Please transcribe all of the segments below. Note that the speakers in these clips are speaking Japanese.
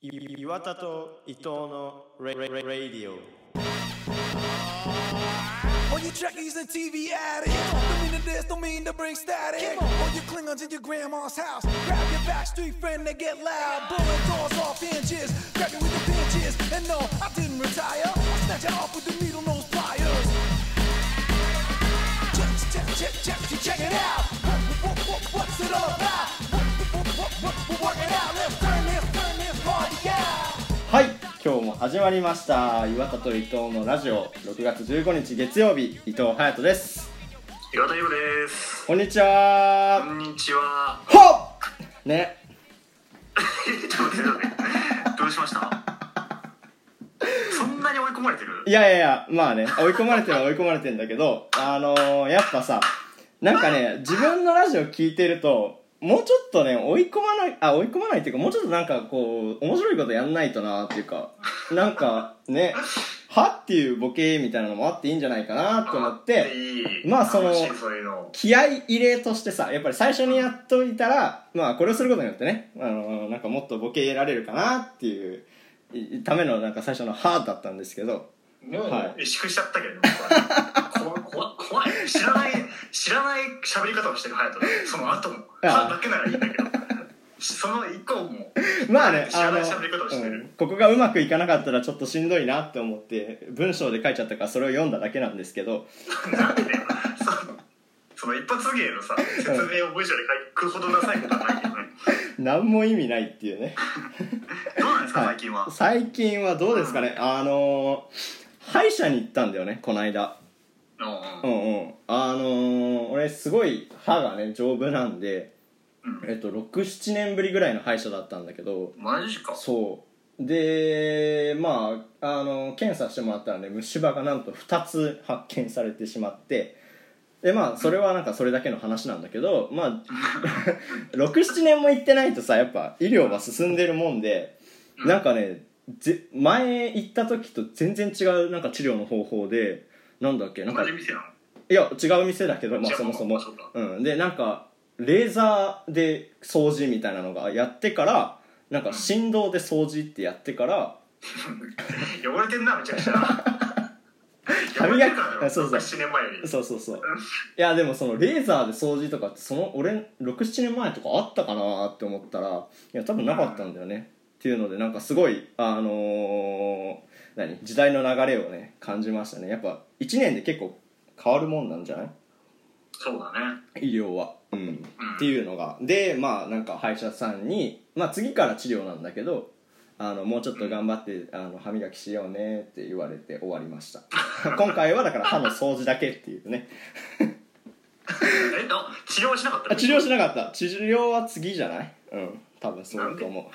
い岩田と伊藤のレレレレディオ All you trekkies and TV addicts. Don't mean to this, don't mean to bring static. All you Klingons in your grandma's house. Grab your backstreet friend, they get loud. Blowing doors off hinges. Grab you with the pinches. And no, I didn't retire. I snatch it off with the needle nose pliers. Check, check, check, check, check, check it out. What, what, what, what's it all about? What, what, what, what, what, work it out. Let's turn this, turn this party out. はい今日も始まりました岩田と伊藤のラジオ6月15日月曜日伊藤隼人です岩田優です。こんにちはこんにちは。ほっねちょっと待ってちょっと待ってどうしました。そんなに追い込まれてるい。やいやいやまあね追い込まれてるは追い込まれてるんだけどあのー、やっぱさなんかね自分のラジオ聞いてるともうちょっとね追い込まないあ追い込まないっていうかもうちょっとなんかこう面白いことやんないとなっていうかなんかねはっていうボケみたいなのもあっていいんじゃないかなと思っていいまあその楽しいそういうの。気合入れとしてさやっぱり最初にやっといたらまあこれをすることによってねあのなんかもっとボケられるかなっていういためのなんか最初の「は」だったんですけどは萎縮しちゃったけど、ね、僕はこわ怖い知らない知らない喋り方をしてる隼人その後もああ歯だけならいいんだけどその以降も まあね知あらの、ない喋り方をしてうるん、ここがうまくいかなかったらちょっとしんどいなって思って文章で書いちゃったからそれを読んだだけなんですけどなんでだよそその一発芸のさ説明を文章で書くほどなさいことはないけどね何も意味ないっていうねどうなんですかはい最近は、最近はどうですかねあの歯医者に行ったんだよねこの間ううんうんあのー、俺すごい歯がね丈夫なんで、うえっと67年ぶりぐらいの歯医者だったんだけどんマジかそうでまあ、あの検査してもらったらね虫歯がなんと2つ発見されてしまってでまあそれはなんかそれだけの話なんだけど まあ67年も行ってないとさやっぱ医療は進んでるもんでなんかねぜ前行った時と全然違うなんか治療の方法でなんだっけなん同かじ店なのいや違う店だけど、まあ、違うそもそもあそうかうん、でなんかレーザーで掃除みたいなのがやってからなんか振動で掃除ってやってから汚れてんなめちゃ くちゃ歯汚磨きれてるからだろそうそう7年前よりそうそうそういやでもそのレーザーで掃除とかってその俺67年前とかあったかなって思ったらいや多分なかったんだよねっていうのでなんかすごいあのー何時代の流れをね感じましたねやっぱ1年で結構変わるもんなんじゃないそうだね医療は、うんっていうのがでまあなんか歯医者さんに、まあ、次から治療なんだけどあのもうちょっと頑張ってあの歯磨きしようねって言われて終わりました 今回はだから歯の掃除だけっていうねえな治療はしなかったあ治療しなかった治療は次じゃないうん多分そうだと思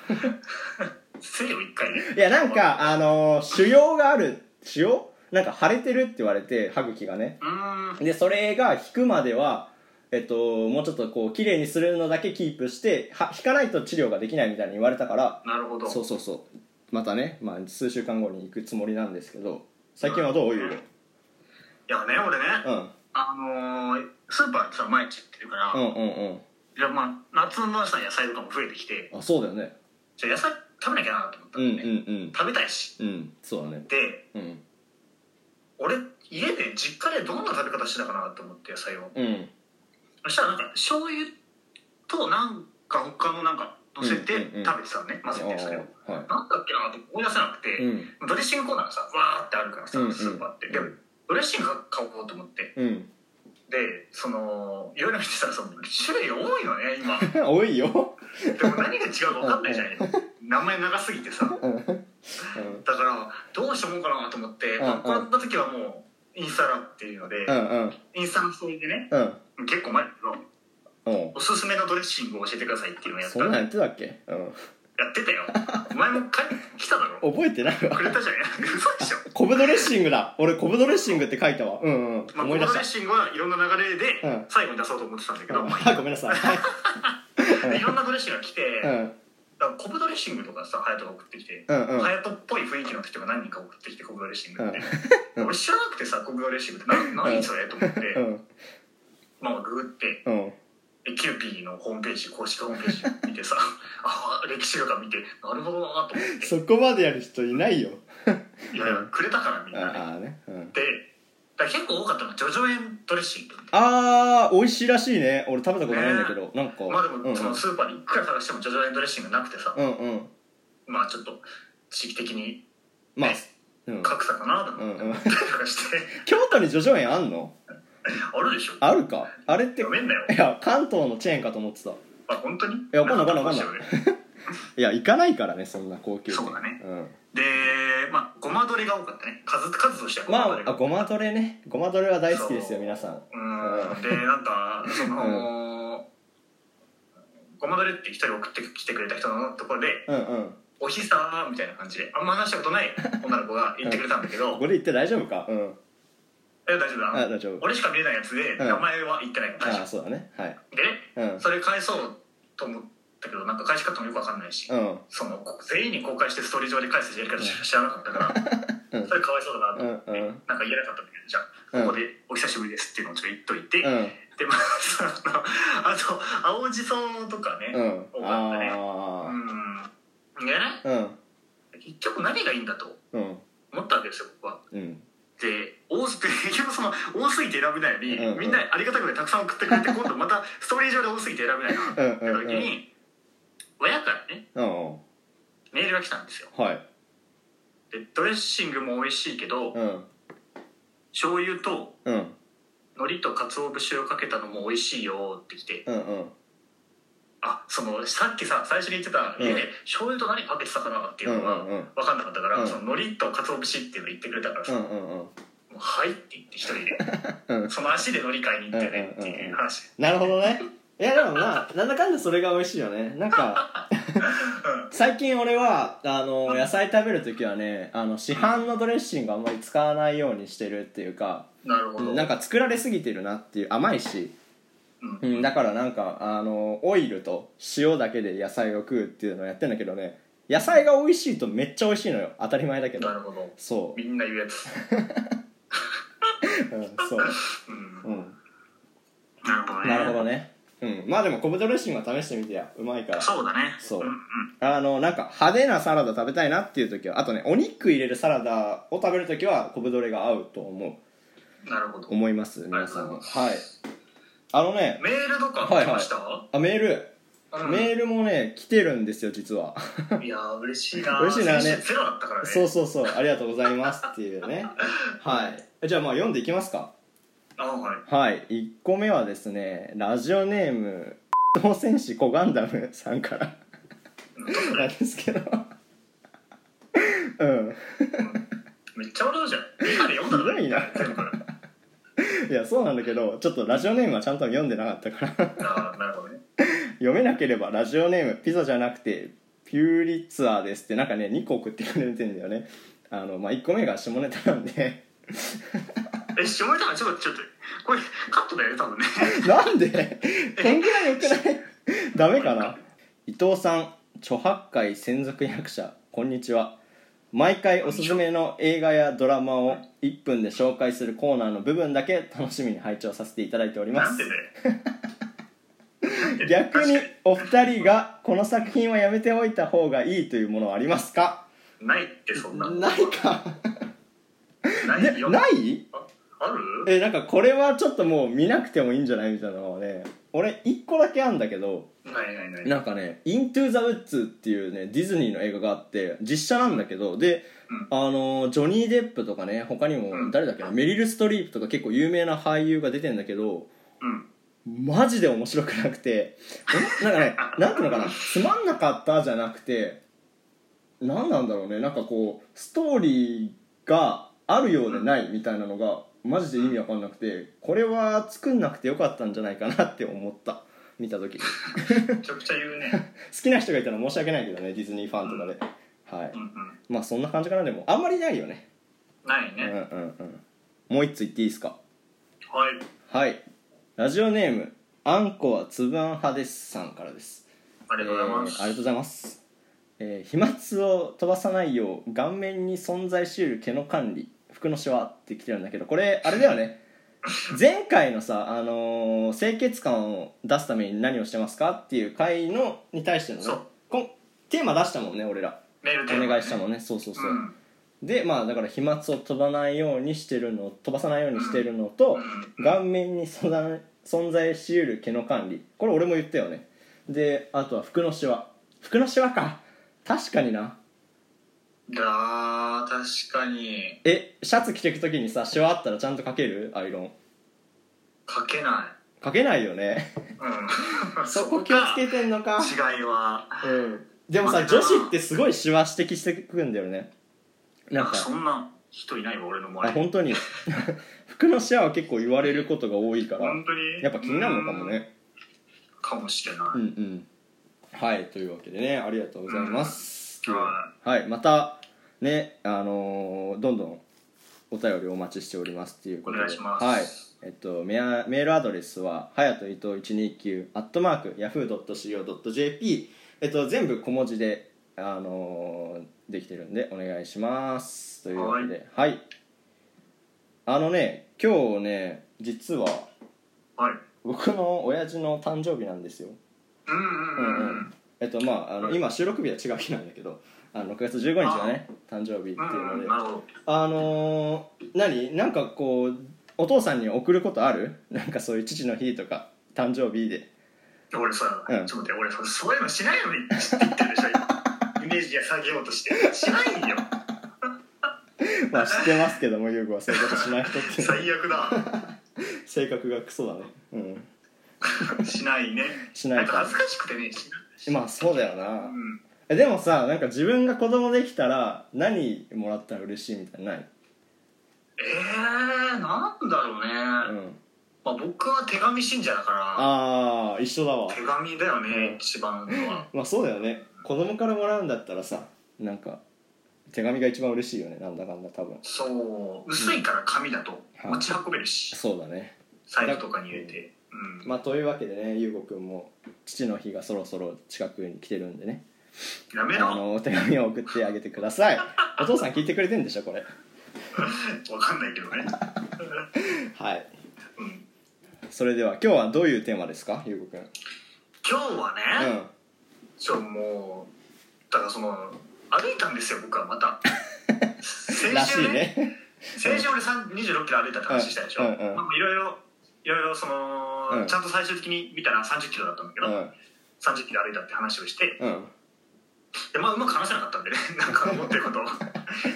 せよ一回ねういやなんかあの腫瘍がある腫瘍なんか腫れてるって言われて歯茎がねうーんでそれが引くまではえっともうちょっとこう綺麗にするのだけキープしては引かないと治療ができないみたいに言われたからなるほどそうそうそうまたね、まあ、数週間後に行くつもりなんですけど最近はどういういやね俺ね、うんあのー、スーパーってさ毎日行ってるから、うんうんうんいやまあ夏のさ野菜とかも増えてきてあそうだよねじゃあ野菜食べなきゃなと思ったうんんだうよんね、うん食べたいしうんそうだねでうん俺家で実家でどんな食べ方してたかなと思って野菜をうんそしたらなんか醤油となんか他のなんか乗せてうんう食んうべんてたのね、混ぜてそれをあーはいなんだっけなって思い出せなくて、うんドレッシングコーナーがさわーってあるからさ、うんうんスーパーってうんでもドレッシング買おうと思ってうん でそのいろいろ見てたらその種類多いのね今多いよでも何が違うか分かんな いじゃない名前長すぎてさうんうんだからどうしてもんかなと思って、うんうんこの時はもうインスタラっていうので、うんうんインスタのストーリーでねうん結構前だけどうんおすすめのドレッシングを教えてくださいっていうのをやったそんなんやってたっけうんやってたよお前も帰来ただろ覚えてないわくれたじゃん 嘘でしょコブドレッシングだ俺コブドレッシングって書いたわうんうんまあ、こ思のいド出レッしシングはいろんな流れでうん最後に出そうと思ってたんだけたど、ま ああごめんなさいはいでいろんなドレッシングが来て、うだんからコブドレッシングとかさ隼人が送ってきてうんうん隼人、っぽい雰囲気の人が何人か送ってきてコブドレッシングって、うん俺知らなくてさコブドレッシングって何何それと思って、うんまあググってうんでキューピーのホームページ公式ホームページ見てさあ歴史とか見てなるほどなと思ってそこまでやる人いないよいやいやくれたからみんあなねあーね、うん、でだから結構多かったのはジョジョ園ドレッシングあー美味しいらしいね俺食べたことないんだけど、なんか、まあでうんうもんそのスーパーにいくら探してもジョジョ園ドレッシングなくてさうんうんまあちょっと地域的にまあねうん格差かなと思ってうんうん思ったりとかして京都に叙々苑あんのあるでしょあるかあれってい読めんなよや関東のチェーンかと思ってたあ本当にいやわかんないわかんないわかんないいや行かないからねそんな高級店そうだねん、でまあごまどれが多かったね数数としてはごままどれああがごまトレねごまトレは大好きですよそう皆さんうんでなんかその、ごまどれって一人送ってきてくれた人のところでうんうん「おひさ」みたいな感じであんま話したことない女の子が言ってくれたんだけ ど「これ行って大丈夫かうんえ大丈夫だあ大丈夫俺しか見れないやつでうん名前は言ってないからああ大丈そうだねはい夫でねうんそれ返そうと思ったけどなんか返し方もよくわかんないし、うんその全員に公開してストーリー上で返すやり方しか知らなかったから、 うんそれかわいそうだなと思って、うんうんなんか言えなかったんだけどじゃうんあここで「お久しぶりです」っていうのをちょっと言っといて、うんでまあ そのあと青じそとかね、うん多かったねうあんねあうん結局何がいいんだとうん思ったわけですよ僕は。うんで多す結局その多すぎて選べないのに、うんうんみんなありがたくてたくさん送ってくれて今度またストーリー上で多すぎて選べないなってうんうんなうったん時に親からねうんメールが来たんですよはいでドレッシングも美味しいけど、うん醤油とうん海苔と鰹節をかけたのも美味しいよって来てうんうんあそのさっきさ最初に言ってたうん家で醤油と何かけてたかなっていうのうんうんうんが分かんなかったから、うんその海苔と鰹節っていうの言ってくれたからうさん「うんうんもうはい」って言って一人 うでその足で海苔買いに行ってねっていう話、なるほどねいやでもまあなんだかんだそれが美味しいよねなんか最近俺はあの野菜食べる時はねあの市販のドレッシングあんまり使わないようにしてるっていうかなるほどなんか作られすぎてるなっていう甘いし、ううん、だからなんかあのオイルと塩だけで野菜を食うっていうのをやってんだけどね野菜が美味しいとめっちゃ美味しいのよ当たり前だけどなるほどそみんな言うやつう、うん、そう、うんうん、なるほどねなるほどね、うん、まあでも昆布ドレッシングは試してみてやうまいからそうだねそうんうん、あのなんか派手なサラダ食べたいなっていう時はあとねお肉入れるサラダを食べる時は昆布どれが合うと思うなるほど思います皆さんありはがとはいあのねメールとかはいはい来ました、あメール、うんメールもね来てるんですよ実はいやー嬉しいな嬉しいなね先週ゼロだったからねそうそうそうありがとうございますっていうね はいじゃあまあ読んでいきますかあはいはい1個目はですねラジオネーム戦士コガンダムさんからなんですけど うんめっちゃ笑うじゃん今で読んだのひどいな全部からいやそうなんだけどちょっとラジオネームはちゃんと読んでなかったからあーなるほどね読めなければラジオネームピザじゃなくてピューリツアーですってなんかね2個送ってくれてんだよねあのまあ1個目が下ネタなんで え下ネタがちょっとちょっとこれカットだよね多分ねなんでこんぐらいよくない ダメかな伊藤さん著白海専属役者こんにちは毎回おすすめの映画やドラマを1分で紹介するコーナーの部分だけ楽しみに拝聴させていただいておりまなんす でね逆にお二人がこの作品はやめておいた方がいいというものはありますかないってそんなないかないねよないああるえなんかこれはちょっともう見なくてもいいんじゃないみたいなのはね俺一個だけあんだけどないないないなんかね「イントゥ・ザ・ウッズ」っていうねディズニーの映画があって実写なんだけどで、あのージョニー・デップとかね他にもうん誰だっけなメリル・ストリープとか結構有名な俳優が出てんだけどうんマジで面白くなくてえなんかねなんていうのかなつまんなかったじゃなくて何なんだろうねなんかこうストーリーがあるようでないみたいなのがマジで意味わかんなくてこれは作んなくてよかったんじゃないかなって思った見た時好めちゃくちゃ言うねきな人がいたら申し訳ないけどねディズニーファンとかではいうんうんまあそんな感じかなでもあんまりないよねないうんうんねうんもう一つ言っていいですかはいはいラジオネームあんこはつぶあん派ですさんからですありがとうございますえーありがとうございます、えー飛沫を飛ばさないよう顔面に存在しうる毛の管理服のシワってきてるんだけどこれあれだよね前回のさ、あのー清潔感を出すために何をしてますかっていう回のに対してのねそうこんテーマ出したもんね俺らメールおテーマね願いしたもんねそうそうそう、うんでまあだから飛沫を飛ばないようにしてるの飛ばさないようにしてるのとう顔面に存在存在しうる毛の管理これ俺も言ったよねであとは服のシワ服のシワか確かになだー確かにえシャツ着てく時にさシワあったらちゃんとかけるアイロン書けなかけないよねい、うん、そこ気をつけてんのかか違いはうんでもさまあ女子ってすごいシワ指摘してくんだよねなんあかそんな人いないわ俺のあ周り本当に 服のシワは結構言われることが多いから本当にやっぱ気になるのかもね、うんかもしれない、うんうんはいというわけでねありがとうございます、うんははいまたねあのーどんどんお便りお待ちしておりますっていうことでお願いしますはいえっと、メアメールアドレスははやと伊藤129アットマークヤフー .co.jp、えっと、全部小文字で、あのーできてるんでお願いしますというわけではい、あのね今日ね実ははい僕の親父の誕生日なんですようんううんうんんううんんえっとまああの今収録日は違う日なんだけどあの6月15日がね誕生日っていううんのうでんなるほどあのー何なんかこうお父さんに送ることあるなんかそういう父の日とか誕生日で 俺さ、うんちょっと待って俺さそういうのしないのに知って言ってるでしょ今 イメージが下げようとしてしないよまあ知ってますけども優子は そういうことしない人って最悪だ 性格がクソだねうんしないねしないんか恥ずかしくてねしないまあそうだようなんえでもさなんか自分が子供できたら何もらったら嬉しいみたいなのないえー、なんだろうね、うんまあ、僕は手紙信者だからああ一緒だわ手紙だよね、うん一番のはまあそうだよね子供からもらうんだったらさなんか手紙が一番嬉しいよねなんだかんだ多分そう薄いから紙だとうん持ち運べるし、そうだね財布とかに入れて、うんまあというわけでね優吾くんも父の日がそろそろ近くに来てるんでねやめあろのお手紙を送ってあげてくだ さいお父さん聞いてくれてんでしょこれわかんないけどね、はいうん、それでは今日はどういうテーマですか優吾くん今日はうね、んちょもうだからその歩いたんですよ僕はまた 先らし週いねね先週俺3 26キロ歩いたって話したでしょ、うんうんうんまあいろいろいろいろその、うんちゃんと最終的に見たら30キロだったんだけうど、ん30キロ歩いたって話をして、うんでまあうまく話せなかったんでね なんか思って ることを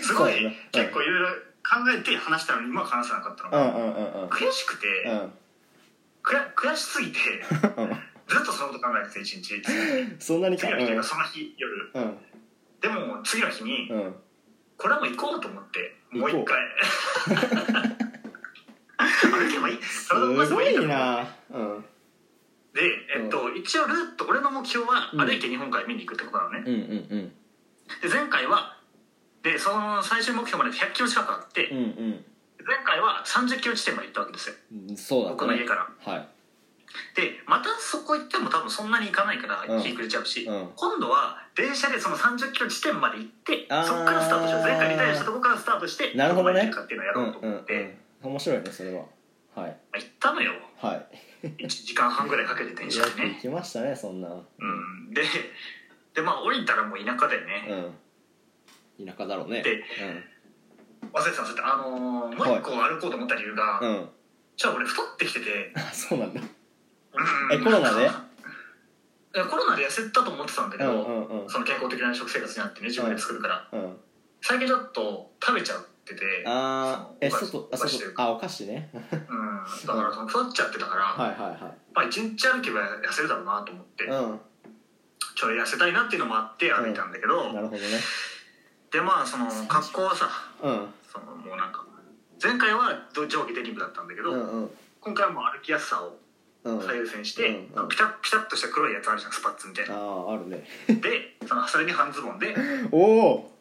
すごそうい、だねうん結構いろいろ考えて話したのにうまく話せなかったのうんうが、んうんうん悔しくて、くや悔しすぎてうんうんずっとそのこと考えてて 一日そんなにか次うの日というんかその日夜うんでも次の日に、うんこれはもう行こうと思ってもう行こう一回 歩けばいいす体を動かせごばいいいんだと思ってなうんで、えっと一応ルート俺の目標はうん歩いて日本海見に行くってことなのね、うんうんで前回はでその最終目標まで100キロ近くあって、うんうん前回は30キロ地点まで行ったわけですようんそうだった僕の家からはでまたそこ行っても多分そんなに行かないかうんら日暮れちゃうし、うん今度は電車でその30キロ地点まで行ってあーそこからスタートしよう前回リタイアしたとこからスタートしていなるほどこまでね行くかっていうのをやろうと思って、うんうんうん、面白いねそれははいまあ行ったのよはい1時間半ぐらいかけて電車よでく行ね、きましたねそんなうん、ででまあ降りたらもう田舎でね、うん田舎だろうねで忘れてた忘れてたあのーもう一個歩こうと思った理由が、うん、 うん、じゃあ俺太ってきて て、あそうなんだうんえコロナで いやコロナで痩せたと思ってたんだけうど、んうんうんその健康的な食生活になってね自分で作るから、うん最近ちょっと食べちゃっててあーえその外おあ菓子と外あお菓子ねうん、だからその太っちゃってたから、はいはまあ一日歩けば痩せるだろうなと思って、いはちょい痩せたいなっていうのもあって歩いたんだけど、いうんなるほどねでまあその格好はさうんそのもうなんか前回は上下デニムだったんだけど、うんうん今回はもう歩きやすさをうん最優先して、うんうんピタッピタッとした黒いやつあるじゃんスパッツみたいあなああるねでそのそれに半ズボンででおお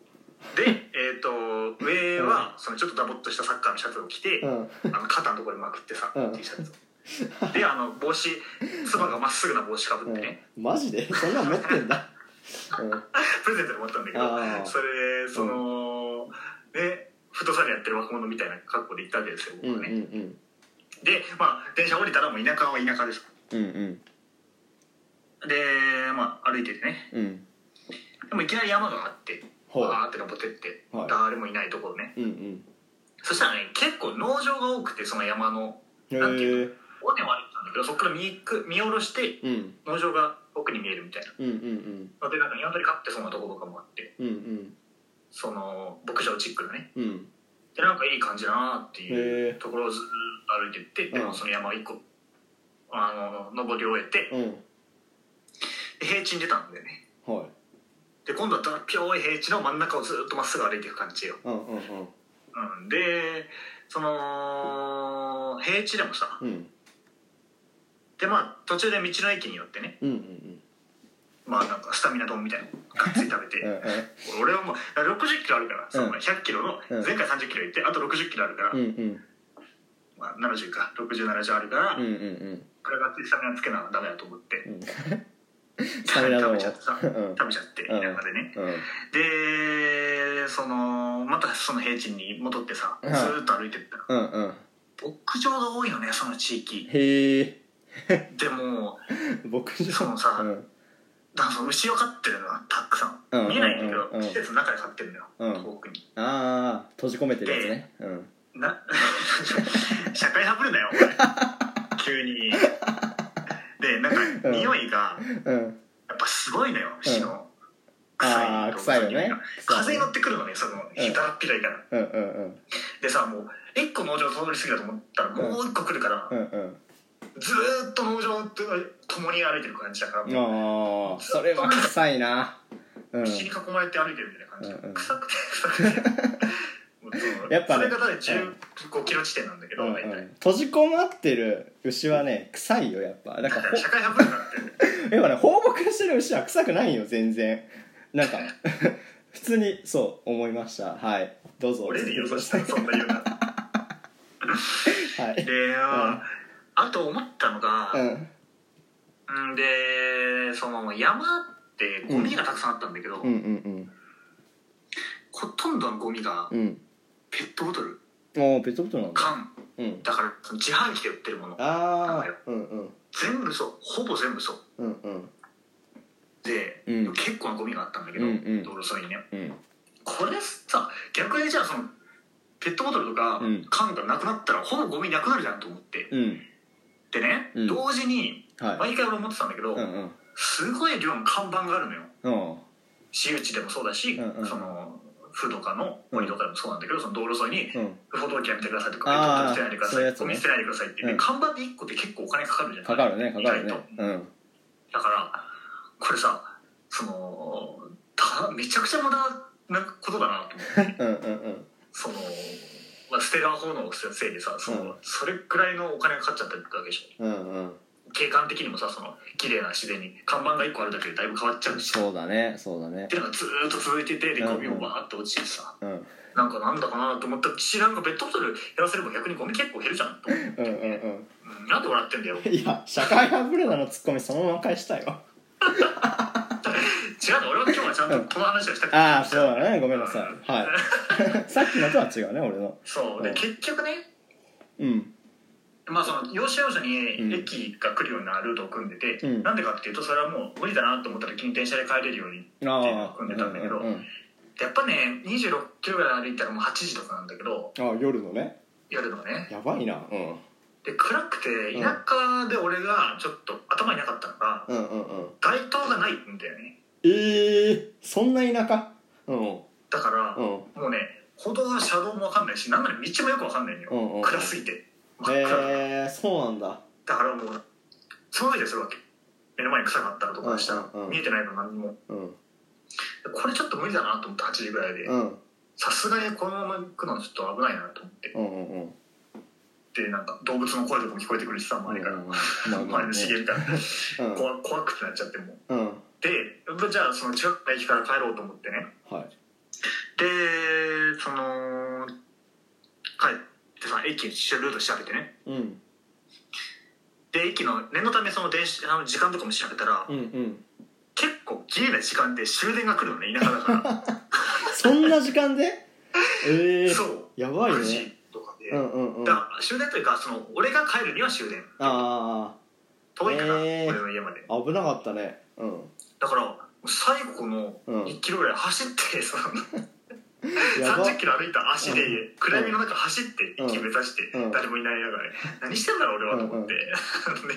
えっ、と上はそのちょっとダボっとしたサッカーのシャツを着て、うんあの肩のところにまくってさ、うん T シャツをであの帽子つばがまっすぐな帽子かうぶってんね、 マジでそんなん持ってん だうんプレゼントでもらったんだけあーどそれその、ねフットサルやってる若者みたいな格好で行ったわけですようん僕うはんね、うんで、まあ、電車降りたらもう田舎は田舎ですうんで、まあ、歩いててねうんうんでもいきなり山があってほうわーって登ってって、はい誰もいないところねうんうんそしたらね結構農場が多くてその山のへなんていうえの尾根を歩いてたんだけどそこから見く見下ろしてうん農場が奥に見えるみたいなうんうんのでなんか鶏飼ってそうなところとかもあってうんうんその牧場チックなねうんうんでなんかいい感じだなっていへーうところをずーっと歩いてってでうもんその山を一個あの登り終えてうんで平地に出たんだよねはいで今度はだっぴょーい平地の真ん中をずーっとまっすぐ歩いていく感じよ、うんうんうんうん、でその平地でもさうんでまあ途中で道の駅によってねうんうんまあなんかスタミナ丼みたいなのがっつり食べてうんうん俺はもう6 0キロあるから、そのうん100キロのうん前回3 0キロ行ってあと6 0キロあるから、うんうんまあ、70か6070あるから、うんうんこれがっつりスタミナつけなダメだと思って、 うんスタミナ丼食をべちゃってさうん食べちゃってうん中でね、うんでそのまたその平地に戻ってさずうんーっと歩いてったら、うんうん牧場が多いよねその地域へえでも牧場そのさうんだからその牛を飼ってるのはたくさん、うん見えないんだけど、うんうん施設の中で飼ってるのよ、うん遠くにああ閉じ込めてるやつねうんな 社会派ぶるなよ お前急にでなんうかん匂いがうんやっぱすごいのよ牛のあー臭い動物の匂いが臭いよね風に乗ってくるのねそのんひたっぴらいからうんうんでさもう一個農場通り過ぎたと思ったらもう一個来るからうんうんずーっと農場と共に歩いてる感じだからうんもうああそれは臭いなうん牛に囲まれて歩いてるみたいな感うじんうん臭くて臭くて もうそうやっぱそねれがだ1 5キロ地点なんだけどうん大うん体閉じ込まってる牛はね臭いよやっぱだだかからら社会派ぶるなって やっぱね放牧してる牛は臭くないよ全然なんか 普通にそう思いましたはいどうぞ俺によそしたはらそんな言うないで、ああと思ったのうが、んうん、でその山ってゴミがたくさんあったんだけど、うんうんほとんどのゴミがうんうんペットボトルもうペットボトルなんだ缶うんだからその自販機で売ってるものああうんうん全部そうほぼ全部そううんうんで、うん結構なゴミがあったんだけど、うんうん道路沿いにねうんこれさ逆にじゃあそのペットボトルとかうん缶がなくなったらほぼゴミなくなるじゃんと思ってうんでね、うん同時にはい毎回俺思ってたんだけど、うんうんすごい量の看板があるのようん私有地でもそうだし、うんうんその府とかの森とかでもそうなんだけど、その道路沿いにうん「不法投棄やめてください」とあーか「ペットボトル捨てないでくだそういさうい」やつねゴミ捨てないでください」って、でうん看板で1個って結構お金かかるじゃないかかるねかかる意ね外とうんだからこれさそのためちゃくちゃ無駄なことだなと思ってうんうんうんその、まあ、捨て側方のせいでさその、うんそれくらいのお金がかかっちゃってるわけでしょうんうん景観的にもさその綺麗な自然に看板が1個あるだけでだいぶ変わっちゃうしさそうだねそうだねっていうのがずーっと続いててでうんうんゴミもバーって落ちてさ、うんうんなんかなんだかなと思ったら私なんかペットボトルやらせれば逆にゴミ結構減るじゃんと思ってうんうんうんなんで笑ってんだよ違ううんいや社会派ブレダのツッコミそのまま返したよの俺は今日はちゃんとこの話をしたくてああそうだねごめんなさいはい さっきのとは違うね俺のそうでうん結局ねうんまあその要所要所うんに駅が来るようなルートを組んでて、うんなんでかっていうとそれはもう無理だなと思った時に電車で帰れるようにああ組んでたんだけうどんうんうんでやっぱね2 6キロぐらい歩いたらもう8時とかなんだけどああ夜のね夜のねやばいなうんで暗くて田舎で俺がちょっと頭になかったのがうんうんうん街灯がないんだよねええそんな田舎うんだから、うんもうね歩道の車道も分かんないしなんなら道もよく分かんないのよ、うんうんうん暗すぎて真っ暗、へえそうなんだだからもうその上でするわけ目の前に草があったらとかしたら、うんうんうん見えてないの何にもうんこれちょっと無理だなと思って8時ぐらいでうんさすがにこのまま行くのはちょっと危ないなと思ってうんうんうんでなんか動物の声とかも聞こえてくるしさ周りから、うんうんうんまあまあ周りの茂みから、うん怖 怖くてなっちゃってもううんでじゃあその近くの駅から帰ろうと思ってねはいでその帰ってさ駅ルート調べてねうんで駅の念のためその電車あの時間とかも調べたら、うんうん結構ギリな時間で終電が来るのね田舎だかそんな時間でええらー、そうやばい9ね時とかで、うんうんうんだあから終電というかその俺が帰るには終電あ遠いから、へー俺の家までー危なかったねうんだから最後のうん1キロぐらい走って、その やば30キロ歩いた足でうん暗闇の中走ってうん息目指してうん誰もいない中で何してんだろう俺はと思って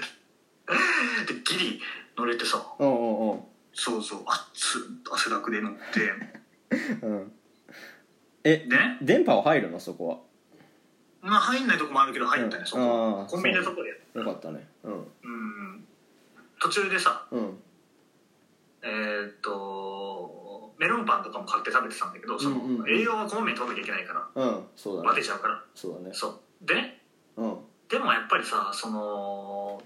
でギリ乗れてさうんうんうんそうそう熱っ汗だくで乗ってうんえでね電波は入るのそこはまあ入んないとこもあるけど入ったねそうんあこーコンビニのとこでよかったねうんうん途中でさうんえーっとメロンパンとかも買って食べてたんだけどそのうんうん栄養はこまめに取らなきゃいけないからうんそうだバねテちゃうからそうだねそうでねうんでもやっぱりさそのお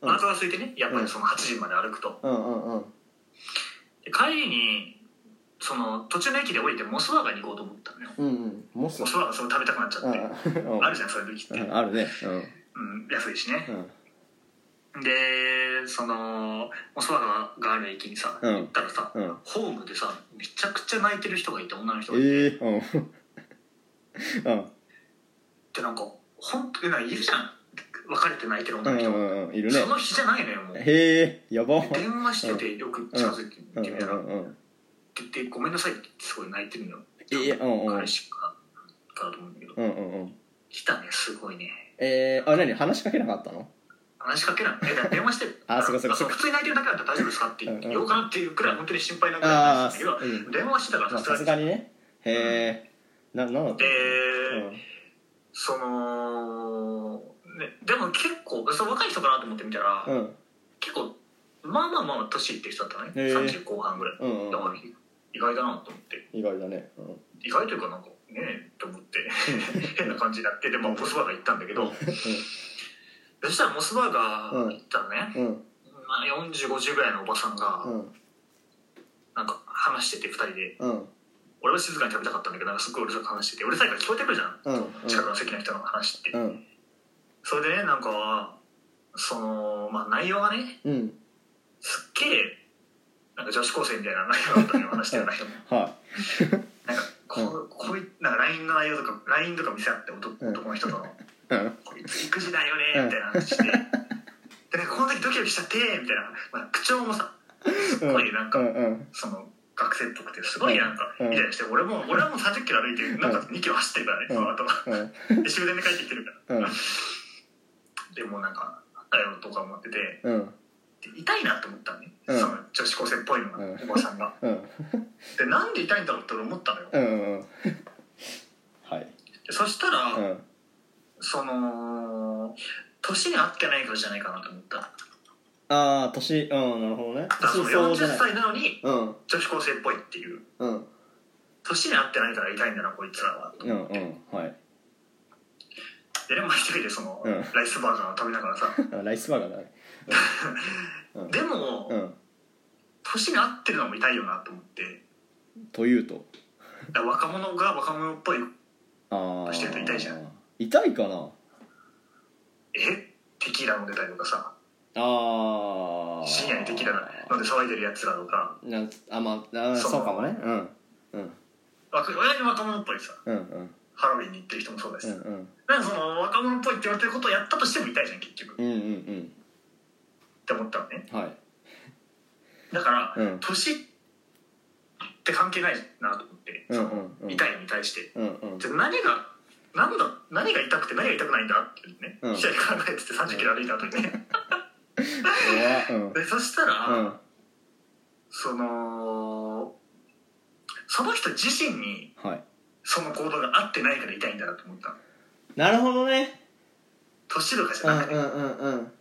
うん腹が空いてねやっぱりその8時まで歩くとうんうんうんで帰りにその途中の駅で降りてモスバーガーに行こうと思ったのようんうんモスモスバーガーそれ食べたくなっちゃうっんて、うんあるじゃんそういう時って、ううんんあるねうん安いしねう、んでそのモスバーガーがある駅にさ、うん行ったらさ、うんホームでさめちゃくちゃ泣いてる人がいて女の人がいて、ええうんうんでなんか本当になんかいるじゃん別れて泣いてるう女のん人、うんうんいるねその日じゃないのよもうへえやば電話しててよく近づいてうんみうたんら、うんででごめんなさいってすごい泣いてるのよいやうんうん彼氏かだと思うんだけどうんうんうん来たねすごいねえー、あ何話しかけなかったの話しかけないえだから電話してる あそうかそうかそうか普通に泣いてるだけだったら大丈夫ですかって言っうんてうんようかなっていうくらい本当に心配なくらいあんだけどあ、うん電話してたかまらあささすすががににねへえななんだったでの、うんそのねでも結構その若い人かなと思ってみたら、うん結構まあまあまあ年いってる人だったね、へえ30後半ぐらい、うんうんだから意外だなと思って意外だねうん意外というかなんかねえと思って変な感じになってでもモスバーガー行ったんだけどそしたらモスバーガー行ったらね、うんうんまあ、4050ぐらいのおばさんがうんなんか話してて2人でうん俺は静かに食べたかったんだけどなんかすっごいうるさく話しててうるさいから聞こえてくるじゃんうん近くの席の人の話ってうんそれでねなんかそのまあ内容がねうんすっげえなんか女子高生みたいな内容だったのよ話してる内容はもなんかこ,、うこいなんか LINE の内容とか LINE とか見せ合って男男の人 との。いうんこいつ育児だよねみたいな話して、でなんかこの時ドキドキしちゃってみたいな、まあ、口調もさすごいなんか、うんうんその学生っぽくてすごいなんかうんみたいなして、俺も俺はもう3 0キロ歩いてなんか2キロ走ってるからね、うんその後はうんで終電で帰ってきてるからうんでもうなんかなんだよとか思っててうんで痛いなと思ったのね、うんその女子高生っぽいのが、うんおばさんがうんでなんで痛いんだろうって俺思ったのよ、うんうんうんはいでそしたら、うんその年に合ってないからじゃないかなと思ったああ年うんなるほどねだからそ年の相応じゃな40い歳なのにうん女子高生っぽいっていううん年に合ってないから痛いんだなこいつらはとう思んっうて、んはいででも一人でその、うんライスバーガーを食べなが らさあライスバーガーだねうんでも、うん年に合ってるのも痛いよなと思ってというとだから若者が若者っぽいああしてると痛いじゃん痛いかなえテキーラ飲んでたりとかさああ深夜にテキーラ飲んで騒いでるやつらとかなんあまああそそううかもねうんうん若親に若者っぽいさうんうんハロウィンに行ってる人もそうだしうさ、んうんなんかその若者っぽいって言われてることをやったとしても痛いじゃん結局っうんうんて思ったのねうんはいだから、うん年って関係ないなと思って、うんうんそうんの痛いに対してうんうんじゃあ何が何だ何が痛くて何が痛くないんだっていうね、うん試合考えてて3 0キロ歩いた後にね怖っでそしたら、うんうんそのその人自身にはいその行動が合ってないから痛いんだなと思ったなるほどね年とかじうんゃうなくて、んうんうん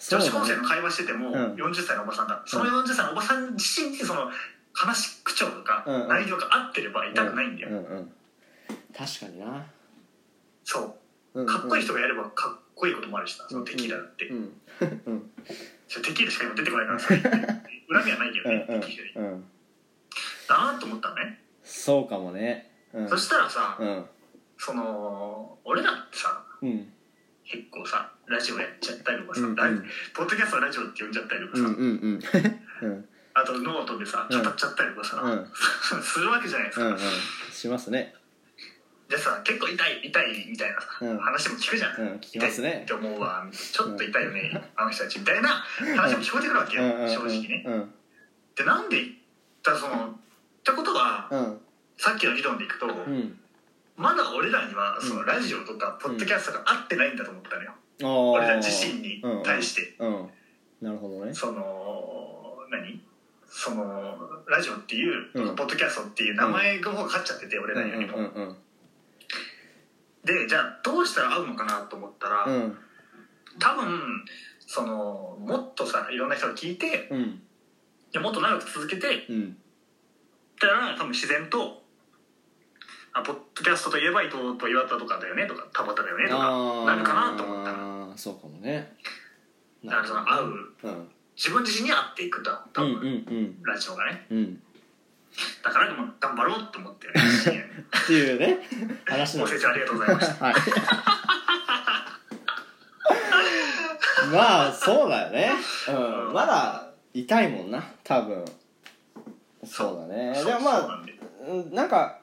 そうだ女ね子高生の会話してても、ん40歳のおばさんがその40歳のおばさん自身にその話し口調とかうんうん内容が合ってれば痛くないんだよ、うんうん確かになそううんかっこいい人がやればかっこいいこともあるしなそのテキーラだって、うんうんそれテキーラしか今出てこないから さ恨みはないけどうんね、うんテキーラにうんだなと思ったのねそうかもねうんそしたらさ、うんその俺らってさうん結構さラジオやっちゃったりとかさ、うんうんラジポッドキャストはラジオって呼んじゃったりとかうんさ、うんうんうんあとノートでさう語ん っちゃったりとかさ、うんするわけじゃないですうか、んうんしますねじゃあさ結構痛い痛いみたいなさ、うん話も聞くじゃん、うん聞きますね痛いって思うわちょっと痛いよね、あの人たちみたいな話も聞こえてくるわけよ、うんうん正直ね、うんでなんでだからそのってことは、うんさっきの理論でいくと、うんまだ俺らにはそうんのラジオとかポッドキャストが合ってないんだと思ったのよ、あー俺ら自身に対してうんうんうんなるほどねその何そのラジオっていう、うんポッドキャストっていう名前がもう勝っちゃってて、俺うんらうんよりも、うんでじゃあどうしたら合うのかなと思ったら、うん多分そのもっとさいろんな人が聞いてうんでもっと長く続けてうんたら多分自然と「あポッドキャストといえば伊藤と岩田とかだよね」とか「田畑だよね」とかなるかなと思ったらあーそうかもねだからその合ううん自分自身に合っていくんだう多んう分、んラジオがねうんうんだからでも頑張ろうと 思ってるしっていう ね話なごんで清す聴ありがとうございましたはい まあそうだよね、うん、まだ痛いもんな多分そうだねそうでもまそうなあんでうんなんか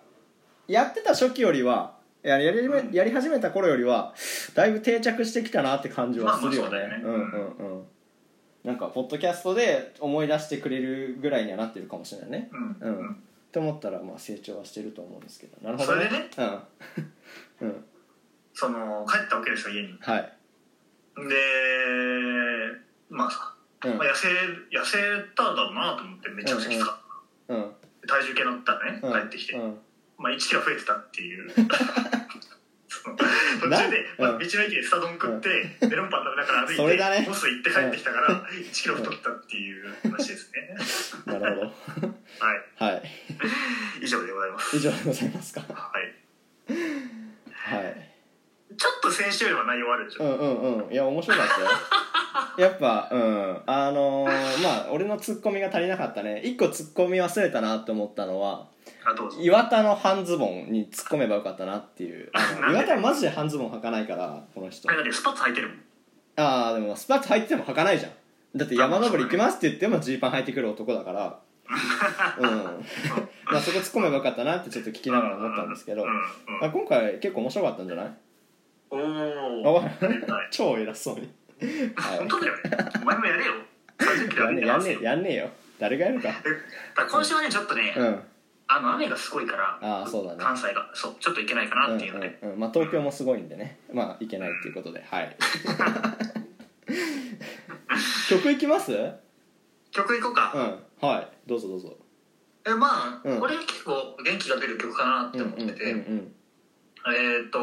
やってた初期よりはややり始めうんやり始めた頃よりはだいぶ定着してきたなって感じはするよまあまあねそううんだうよねんうんなんかポッドキャストで思い出してくれるぐらいにはなってるかもしれないねううんうんん、って思ったらまあ成長はしてると思うんですけどなるほどそれでねうん うんその帰ったわけですよ家にはいでまあさうんまあ、痩せ痩せたんだろうなと思ってめちゃくちゃきつかっうんた、体重計乗ったらねうん帰ってきて、うんまあ、1キロ増えてたっていう その途な中で、まあ、うん道の駅でスタ丼食って、メロンパン食べながら歩いそれだて、ねボス行って帰ってきたから1キロ太ったっていう話ですねなるほど はいはい以上でございます以上でございますかはいはいちょっと先週よりは内容あるでしうょ、んうんうんいや面白かったよ やっぱうんあのーまあ俺のツッコミが足りなかったね一個ツッコミ忘れたなと思ったのはあどうぞ岩田の半ズボンに突っ込めばよかったなっていうあのなんで岩田はマジで半ズボン履かないからこの人あれだってスパッツ履いてるもんああでもスパッツ履いてても履かないじゃんだって山登り行きますって言ってもジーパン履いてくる男だ からうんまあそこ突っ込めばよかったなってちょっと聞きながら思ったんですけど、うんうんまあ、今回結構面白かったんじゃないおおおい超偉そうにはい本当だよねお前もやれよ30キやロ歩んねいてえやまんすねよえやんねえよ誰がやる かえだから今週はねちょっとね、うんあの雨がすごいからあーそうだね関西がそうちょっといけないかうなっんていうので、うんうんまあ東京もすごいんでねまあいけないっていうことではい 曲いきますう曲いこうか、んはいどうぞどうぞえまあ、うんこれ結構元気が出る曲かなって思ってて、うんうんえっ、と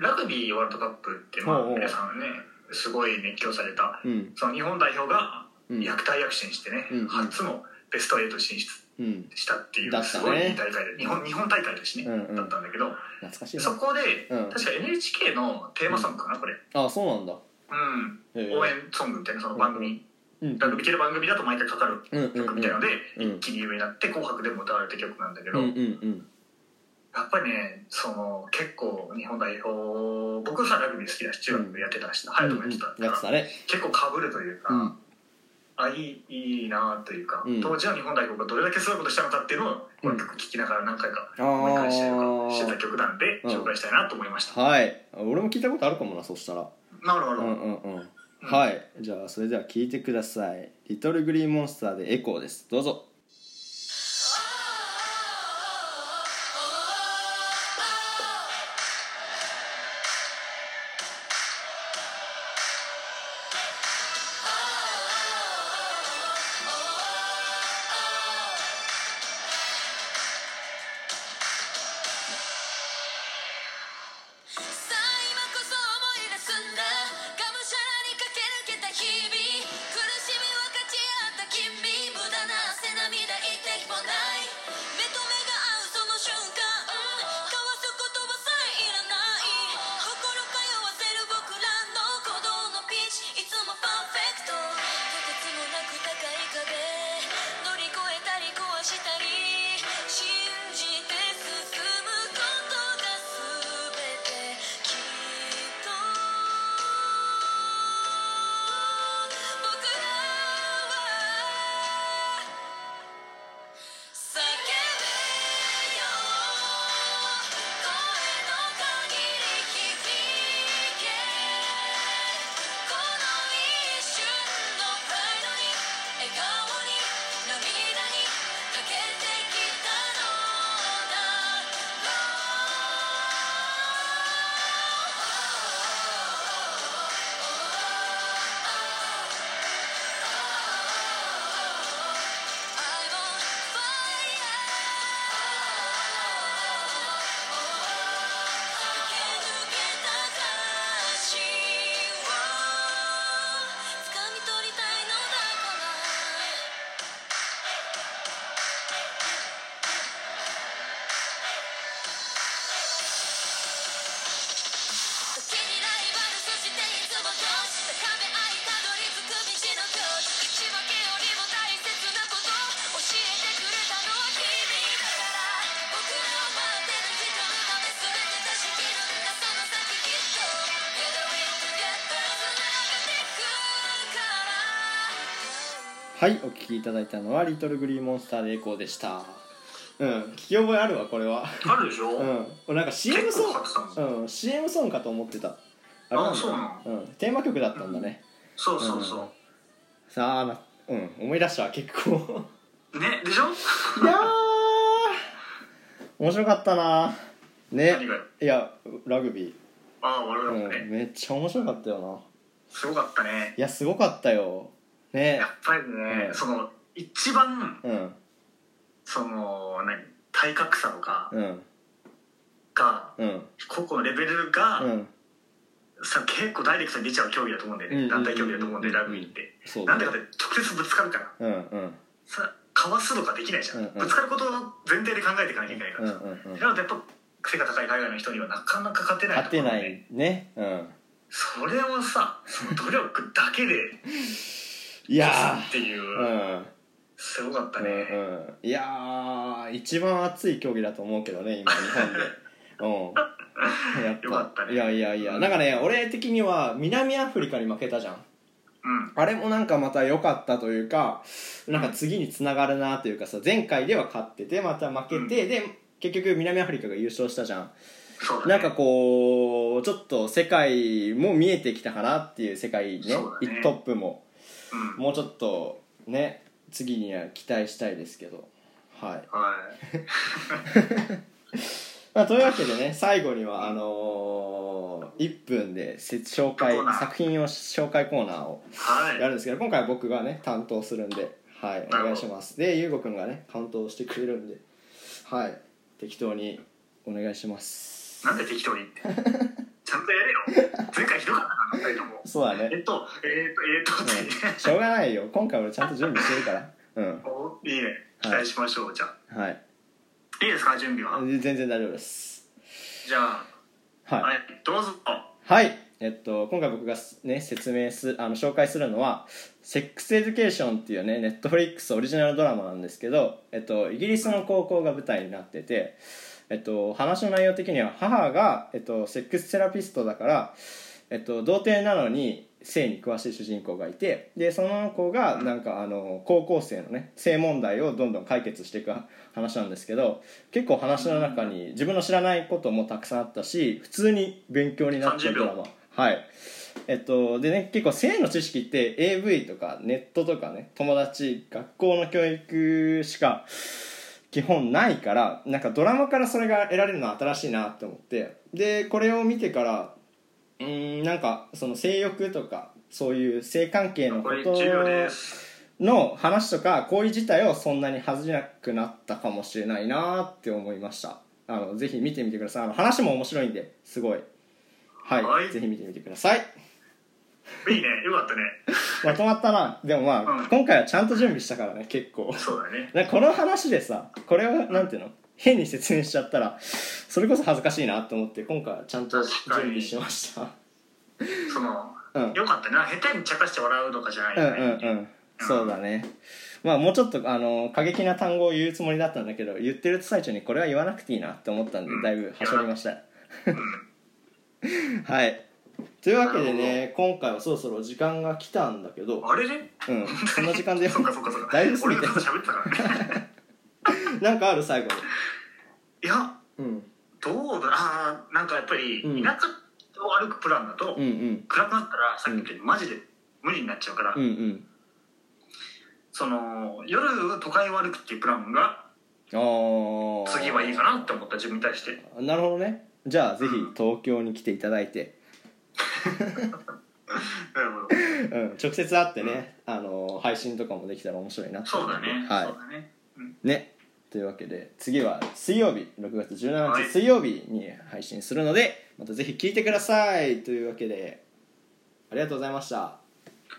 ラグビーワールドカップって、まあおうおう皆さんねすごい熱狂された、うんその日本代表がうん役対躍進してね、うんうん初のベスト8進出うん、うん、したっていう、だったねすごいいい大会で日本日本大会ですね、うんうんだったんだけど懐かしいそなこで、うん確か NHK のテーマソングかなこれ、あそうなんだうんへえ応援ソングみたいなその番組、うんラグビー系の番組だと毎回かかるうんうんう曲んみたいので、うん一気に有名になって「紅白」でも歌われた曲なんだけうど、んうんやっぱりねその結構日本代表僕さラグビー好きだし中学やってたしう隼ん人もやってたかやってら、たね結構かぶるというか、うんあいいいいなというか、うん当時の日本代表がどれだけすごいことしたのかっていうのをこの曲聴きながら何回かあ思い返したりとかしてたー曲なんでうん紹介したいなと思いました、はい俺も聞いたことあるかもなそしたらなるほうど、んうんうんはいじゃあそれでは聞いてください「リトルグリーンモンスター」でエコーですどうぞさあ今こそ思い出すんだがむしゃらに駆け抜けた日々苦しみを分かち合った君無駄な汗涙はいお聞きいただいたのは「リトルグリーンモンスター」でエコーでしたうん聞き覚えあるわこれはあるでしょ、ううん俺なんか CM ソ結構買ってたんですング、うん、CM ソングかと思ってたあれなんだあそうなのうん、テーマ曲だったんだね、そうそうそう、さあなうん思い出したわ結構ねでしょいやー面白かったなね何がよいやラグビああ我ー、々もね、うん、めっちゃ面白かったよなすごかったねいやすごかったよねやっぱりね、うんその一番うんその何体格差とかうんが、うん個々のレベルが、うんさ結構ダイレクトに出ちゃう競技だと思うんだよね、うんうんうんうん団体競技だと思うんでラグビーって、そうだなんねでかって直接ぶつかるからうんうんさかわすとかできないじゃん、うんうんぶつかることを前提で考えていかなきゃいけないかうんらうさ、んうんなのでやっぱ背が高い海外の人にはなかなか勝てない勝てなところでいねうんそれをさその努力だけでいや勝つっていう、ーうんすごかったうね、んうんいやー一番熱い競技だと思うけどね今日本でうんやっぱよかったねいやいやいやなんかね俺的には南アフリカに負けたじゃんうんあれもなんかまた良かったというかなんか次につながるなというかさ前回では勝っててまた負けて、で結局南アフリカが優勝したじゃんそうなだんねかこうちょっと世界も見えてきたかなっていう世界ねそうだねトップもうんもうちょっとね次には期待したいですけどはいはいまあ、というわけで ね最後にはあのー、1分で紹介コーナー作品を紹介コーナーをはいやるんですけど今回は僕がね担当するんではいおなるほど願いしますでゆうごくんがね担当してくれるんではい適当にお願いしますなんで適当 にって。ちゃんとやれよ。前回ひどかったな、二人とも。そうだねえっと、えっと、えっと、ってしょうがないよ今回俺ちゃんと準備してるからうんおいいね。期待しましょう、じゃあ。はいいいですか、準備は。全然大丈夫ですじゃあ、は、はいい、どうぞ。はい、えっと今回僕がすね説明すあの紹介するのは「セックス・エデュケーション」っていうねネットフリックスオリジナルドラマなんですけど、えっと、イギリスの高校が舞台になってて、えっと、話の内容的には母が、えっと、セックスセラピストだから、えっと、童貞なのに性に詳しい主人公がいてでその子がなんかあの高校生のね性問題をどんどん解決していく 話なんですけど結構話の中に自分の知らないこともたくさんあったし普通に勉強になったドラマはいえっとでね結構性の知識って AV とかネットとかね友達学校の教育しか基本ないからなんかドラマからそれが得られるのは新しいなと思ってでこれを見てからうーんなんかその性欲とかそういう性関係のここれと10秒です。の話とか行為自体をそんなに恥じなくなったかもしれないなって思いましたあのぜひ見てみてくださいあの話も面白いんですごいはい、はいぜひ見てみてくださいいいね、よかったね。まとまったなでもまあ、うん今回はちゃんと準備したからね結構そうだね。なんかこの話でさこれをなんていうの変に説明しちゃったらそれこそ恥ずかしいなと思って今回はちゃんと準確か備にしましたその、うんよかったな。下手に茶化して笑うとかじゃないうんようんね。うんそうだねまあもうちょっとあの過激な単語を言うつもりだったんだけど言ってる最中にこれは言わなくていいなって思ったんでだいぶはしょりましたはいというわけでね今回はそろそろ時間が来たんだけどあれねうんそんな時間で そっかそっかそっか。だいぶ過俺ぎがてずっと喋ってたからね。なんかある最後にいや、うんどうだあーなんかやっぱり、うん田舎を歩くプランだと、うんうん暗くなったらさっき言ったようにマジで無理になっちゃうから、うんうんその夜都会を歩くっていうプランがああ次はいいかなって思った自分に対してなるほどねじゃあぜひ東京に来ていただいて、なるほどうん、直接会ってね、あのー配信とかもできたら面白いなってそ思うだね、そうはだねうんいねというわけで次は水曜日6月17はい日水曜日に配信するので、またぜひ聞いてくださいというわけでありがとうございましたあ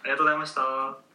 りがとうございました